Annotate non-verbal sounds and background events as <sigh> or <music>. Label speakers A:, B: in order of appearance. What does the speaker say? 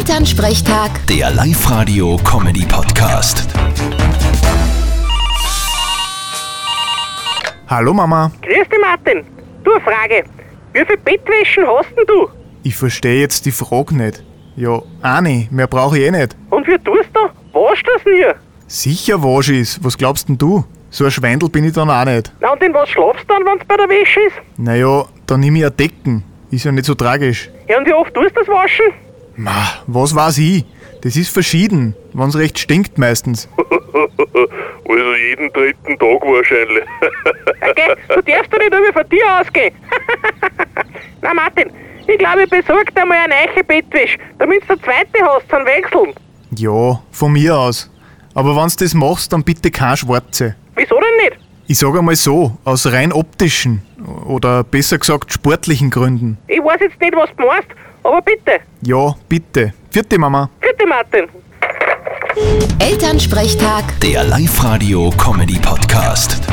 A: Elternsprechtag,
B: Der Live-Radio-Comedy-Podcast.
C: Hallo Mama,
D: Grüß dich, Martin. Du, eine Frage. Wie viel Bettwäschen hast denn du?
C: ich verstehe jetzt die Frage nicht. Ja, eine, mehr brauche ich eh nicht.
D: Und wie tust du? Waschst du das nie?
C: Sicher wasch ich's, was glaubst denn du? So ein Schwendel bin ich dann auch nicht.
D: Na, und in was schlafst du dann, wenn's bei der Wäsche ist?
C: Naja, dann nimm ich eine Decken. Ist ja nicht so tragisch.
D: Ja, und wie oft tust du das Waschen?
C: Ma, was weiß ich? Das ist verschieden, wenn's recht stinkt meistens.
E: Also jeden dritten Tag wahrscheinlich.
D: Okay, du darfst doch nicht immer von dir ausgehen. <laughs> Na, Martin, ich glaube, ich besorg dir mal eine neue Bettwäsche, damit du eine zweite hast zum Wechseln.
C: Ja, von mir aus. Aber wenn's das machst, dann bitte keine schwarze.
D: Wieso denn nicht?
C: Ich sag einmal so, aus rein optischen oder besser gesagt sportlichen Gründen.
D: Ich weiß jetzt nicht, was du meinst, aber bitte.
C: Ja, bitte. Vierte Mama.
D: Bitte, Martin.
A: Elternsprechtag.
B: Der Live-Radio-Comedy-Podcast.